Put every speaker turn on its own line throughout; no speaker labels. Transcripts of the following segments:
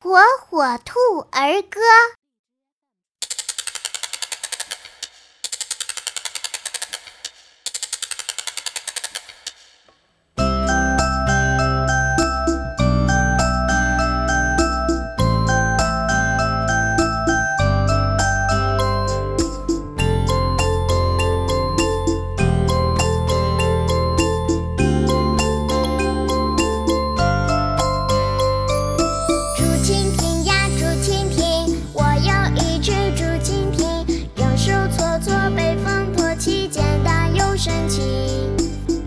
火火兔儿歌。
竹蜻蜓呀，竹蜻蜓，我有一只竹蜻蜓，有手搓搓，被风托起，简单又神奇。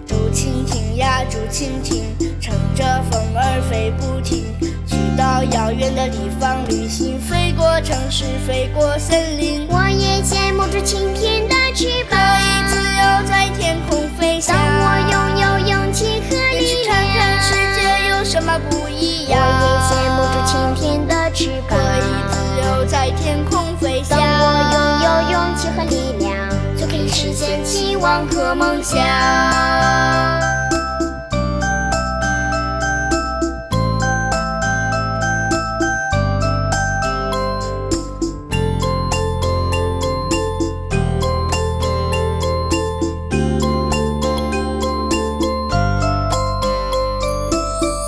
竹蜻蜓呀，竹蜻蜓，乘着风儿飞不停，去到遥远的地方旅行，飞过城市，飞过森林，
我也羡慕竹蜻蜓的翅
可
膀。
以自由在天空飞翔
当。我拥有勇气和
也
力
去看看世
量，
界有什么不一样。
我也羡慕竹蜻蜓的翅
可
膀。
以自由在天空飞翔。
当我拥有勇气和力量，就可以实现期望和梦想。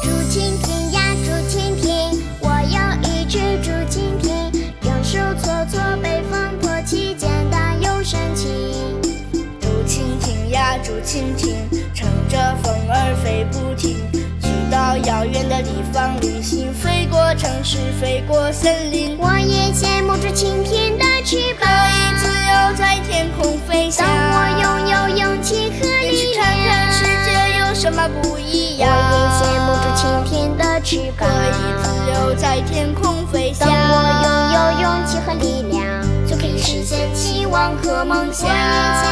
竹蜻蜓呀，竹蜻蜓，我有一只竹蜻蜓，有手搓搓，被风托起，简单又神奇。
竹蜻蜓呀，竹蜻蜓，乘着风儿飞不停，去到遥远的地方旅行，飞过城市，飞过森林，
我也羡慕竹蜻蜓的翅
可
膀。
以自由在天空飞翔
当。我拥有勇气和
也去
力
看
量，
看世界有什么不一
我也
样。
羡慕竹蜻蜓的翅
可
膀。
以自由在天空飞翔。
当我拥有勇气和力量，就可以实现期望和梦想。
我也羡